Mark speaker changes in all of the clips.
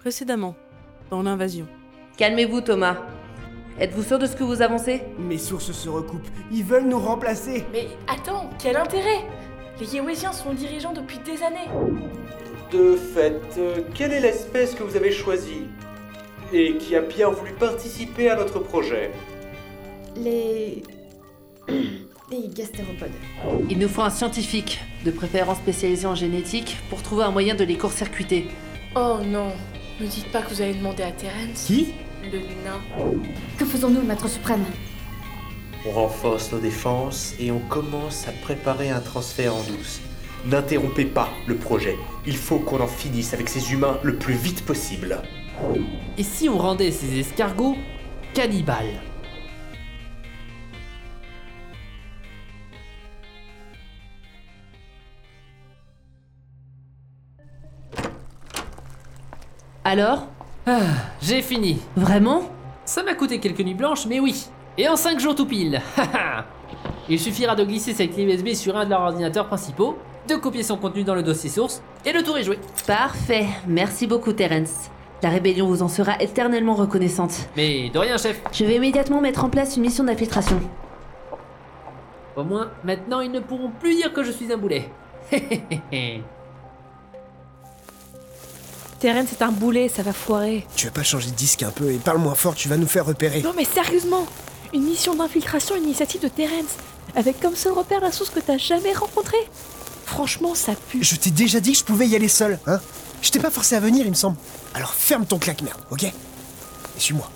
Speaker 1: Précédemment, dans l'invasion.
Speaker 2: Calmez-vous, Thomas. Êtes-vous sûr de ce que vous avancez
Speaker 3: Mes sources se recoupent, ils veulent nous remplacer
Speaker 4: Mais attends, quel intérêt Les Yewesiens sont dirigeants depuis des années.
Speaker 5: De fait, euh, quelle est l'espèce que vous avez choisie et qui a bien voulu participer à notre projet
Speaker 6: Les. Les gastéropodes.
Speaker 2: Il nous faut un scientifique, de préférence spécialisé en génétique, pour trouver un moyen de les court-circuiter.
Speaker 4: Oh non, ne dites pas que vous avez demandé à Terence,
Speaker 3: Qui
Speaker 4: le nain.
Speaker 6: Que faisons-nous, maître suprême
Speaker 5: On renforce nos défenses et on commence à préparer un transfert en douce. N'interrompez pas le projet. Il faut qu'on en finisse avec ces humains le plus vite possible.
Speaker 7: Et si on rendait ces escargots cannibales
Speaker 2: Alors
Speaker 7: Ah, j'ai fini.
Speaker 2: Vraiment
Speaker 7: Ça m'a coûté quelques nuits blanches, mais oui. Et en 5 jours tout pile. Haha. Il suffira de glisser cette clé USB sur un de leurs ordinateurs principaux, de copier son contenu dans le dossier source, et le tour est joué.
Speaker 2: Parfait, merci beaucoup, Terence. La rébellion vous en sera éternellement reconnaissante.
Speaker 7: Mais de rien, chef.
Speaker 2: Je vais immédiatement mettre en place une mission d'infiltration.
Speaker 7: Au moins, maintenant, ils ne pourront plus dire que je suis un boulet.
Speaker 8: Terrain, c'est un boulet, ça va foirer.
Speaker 3: Tu veux pas changer de disque un peu et parle moins fort, tu vas nous faire repérer.
Speaker 8: Non mais sérieusement Une mission d'infiltration, une initiative de Terence, avec comme seul repère la source que t'as jamais rencontrée Franchement, ça pue.
Speaker 3: Je t'ai déjà dit que je pouvais y aller seul, hein Je t'ai pas forcé à venir, il me semble. Alors ferme ton claque-merde, ok Et suis-moi.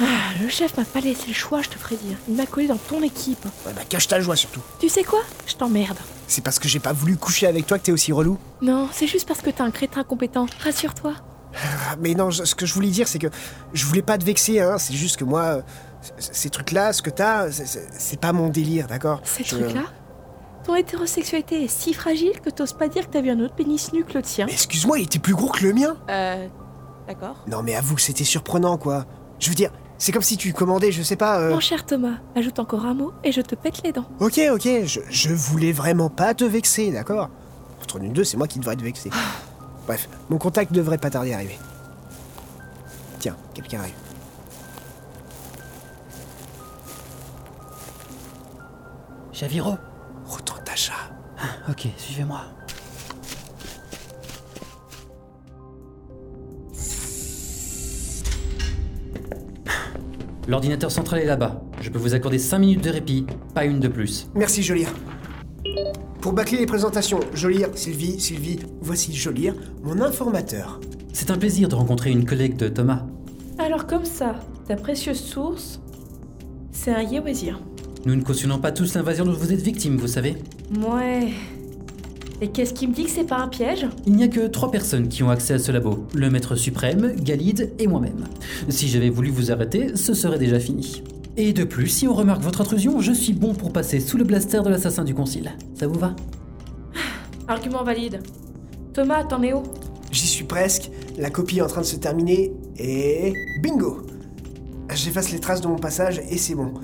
Speaker 8: Ah, le chef m'a pas laissé le choix, je te ferai dire. Il m'a collé dans ton équipe.
Speaker 3: Ouais, bah cache ta joie surtout.
Speaker 8: Tu sais quoi Je t'emmerde.
Speaker 3: C'est parce que j'ai pas voulu coucher avec toi que t'es aussi relou
Speaker 8: Non, c'est juste parce que t'es un crétin compétent. Rassure-toi.
Speaker 3: Ah, Mais non, je- ce que je voulais dire, c'est que je voulais pas te vexer, hein. C'est juste que moi, euh, c- c- ces trucs-là, ce que t'as, c'est- c'est c'est pas mon délire, d'accord
Speaker 8: Ces
Speaker 3: Je-
Speaker 8: trucs-là Ton hétérosexualité est si fragile que t'oses pas dire que t'as vu un autre pénis nu que le tien.
Speaker 3: Mais excuse-moi, il était plus gros que le mien
Speaker 8: Euh. D'accord.
Speaker 3: Non, mais avoue que c'était surprenant, quoi. Je veux dire, c'est comme si tu commandais, je sais pas. euh,
Speaker 8: Mon cher Thomas, ajoute encore un mot et je te pète les dents.
Speaker 3: Ok, ok, je, je voulais vraiment pas te vexer, d'accord Entre nous deux, c'est moi qui devrais te vexer. Bref, mon contact devrait pas tarder à arriver. Tiens, quelqu'un arrive.
Speaker 9: Chaviro
Speaker 3: Retourne ta chat.
Speaker 9: Ok, suivez-moi. L'ordinateur central est là-bas. Je peux vous accorder 5 minutes de répit, pas une de plus.
Speaker 3: Merci, Jolire. Pour bâcler les présentations, Jolire, Sylvie, Sylvie, voici Jolire, mon informateur.
Speaker 9: C'est un plaisir de rencontrer une collègue de Thomas.
Speaker 4: Alors comme ça, ta précieuse source,
Speaker 8: C'est un Yewazir.
Speaker 9: Nous ne cautionnons pas tous l'invasion dont vous êtes victime, vous savez.
Speaker 4: ouais.
Speaker 8: Et qu'est-ce qui me dit que c'est pas un piège
Speaker 9: Il n'y a que trois personnes qui ont accès à ce labo. Le maître suprême, Galide et moi-même. Si j'avais voulu vous arrêter, ce serait déjà fini. Et de plus, si on remarque votre intrusion, je suis bon pour passer sous le blaster de l'assassin du concile. Ça vous va
Speaker 4: Argument valide. Thomas, t'en es où
Speaker 3: J'y suis presque, la copie est en train de se terminer, et. Bingo J'efface les traces de mon passage et c'est bon.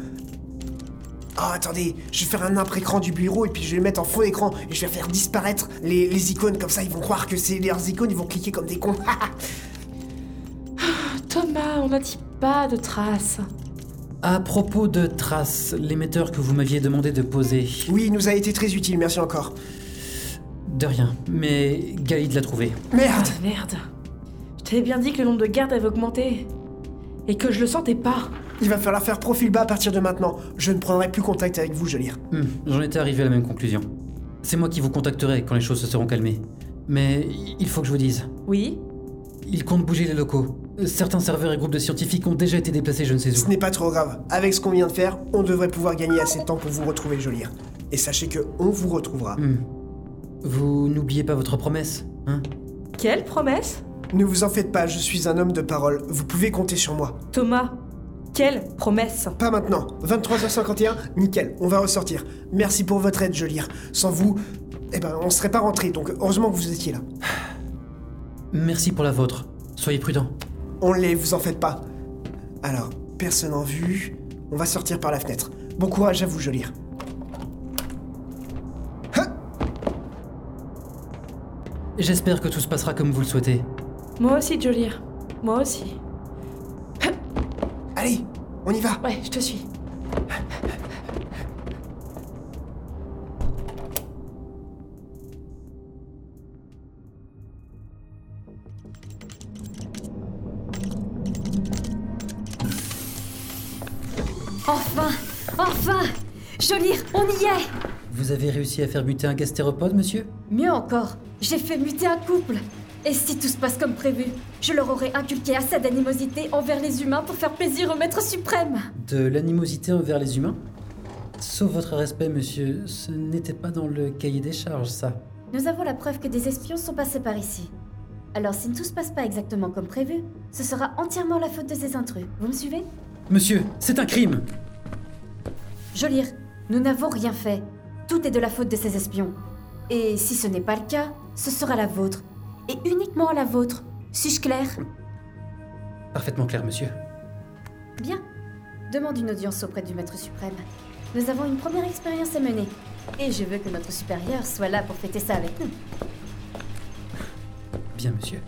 Speaker 3: Oh, attendez, je vais faire un imprécran du bureau et puis je vais le mettre en fond écran et je vais faire disparaître les, les icônes, comme ça ils vont croire que c'est leurs icônes, ils vont cliquer comme des cons. Ah,
Speaker 4: Thomas, on n'a dit pas de traces.
Speaker 9: À propos de traces, l'émetteur que vous m'aviez demandé de poser.
Speaker 3: oui, il nous a été très utile, merci encore.
Speaker 9: De rien, mais Galide l'a trouvé.
Speaker 3: Merde
Speaker 4: Ah, Merde. Je t'avais bien dit que le nombre de gardes avait augmenté. Et que je le sentais pas.
Speaker 3: Il va falloir faire profil bas à partir de maintenant. Je ne prendrai plus contact avec vous, Jolire.
Speaker 9: Hmm, J'en étais arrivé à la même conclusion. C'est moi qui vous contacterai quand les choses se seront calmées. Mais il faut que je vous dise.
Speaker 4: Oui
Speaker 9: Ils comptent bouger les locaux. Certains serveurs et groupes de scientifiques ont déjà été déplacés je ne sais où.
Speaker 3: Ce n'est pas trop grave. Avec ce qu'on vient de faire, on devrait pouvoir gagner assez de temps pour vous retrouver, Jolire. Et sachez que on vous retrouvera.
Speaker 9: Hmm. Vous n'oubliez pas votre promesse, hein
Speaker 4: Quelle promesse
Speaker 3: Ne vous en faites pas, je suis un homme de parole. Vous pouvez compter sur moi.
Speaker 4: Thomas, quelle promesse
Speaker 3: Pas maintenant. 23h51, nickel, on va ressortir. Merci pour votre aide, Jolire. Sans vous, eh ben, on serait pas rentré, donc heureusement que vous étiez là.
Speaker 9: Merci pour la vôtre. Soyez prudent.
Speaker 3: On l'est, vous en faites pas. Alors, personne en vue. On va sortir par la fenêtre. Bon courage à vous, Jolire.
Speaker 9: J'espère que tout se passera comme vous le souhaitez.
Speaker 4: Moi aussi, Jolier. Moi aussi.
Speaker 3: Allez, on y va
Speaker 4: Ouais, je te suis.
Speaker 6: Enfin Enfin Jolir, on y est
Speaker 9: Vous avez réussi à faire muter un gastéropode, monsieur
Speaker 6: Mieux encore, j'ai fait muter un couple. Et si tout se passe comme prévu, je leur aurais inculqué assez d'animosité envers les humains pour faire plaisir au maître suprême.
Speaker 9: De l'animosité envers les humains Sauf votre respect, monsieur, ce n'était pas dans le cahier des charges, ça.
Speaker 6: Nous avons la preuve que des espions sont passés par ici. Alors si tout se passe pas exactement comme prévu, ce sera entièrement la faute de ces intrus. Vous me suivez
Speaker 9: Monsieur, c'est un crime
Speaker 6: Jolir, nous n'avons rien fait. Tout est de la faute de ces espions. Et si ce n'est pas le cas, ce sera la vôtre. Et uniquement la vôtre. Suis-je claire
Speaker 9: Parfaitement clair, monsieur.
Speaker 6: Bien. Demande une audience auprès du Maître Suprême. Nous avons une première expérience à mener. Et je veux que notre supérieur soit là pour fêter ça avec nous.
Speaker 9: Bien, monsieur.